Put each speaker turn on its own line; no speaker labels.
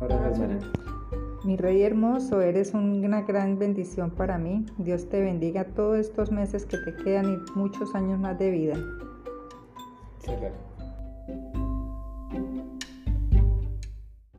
Ahora Rosalén.
Mi rey hermoso, eres una gran bendición para mí. Dios te bendiga todos estos meses que te quedan y muchos años más de vida.
Cerrar.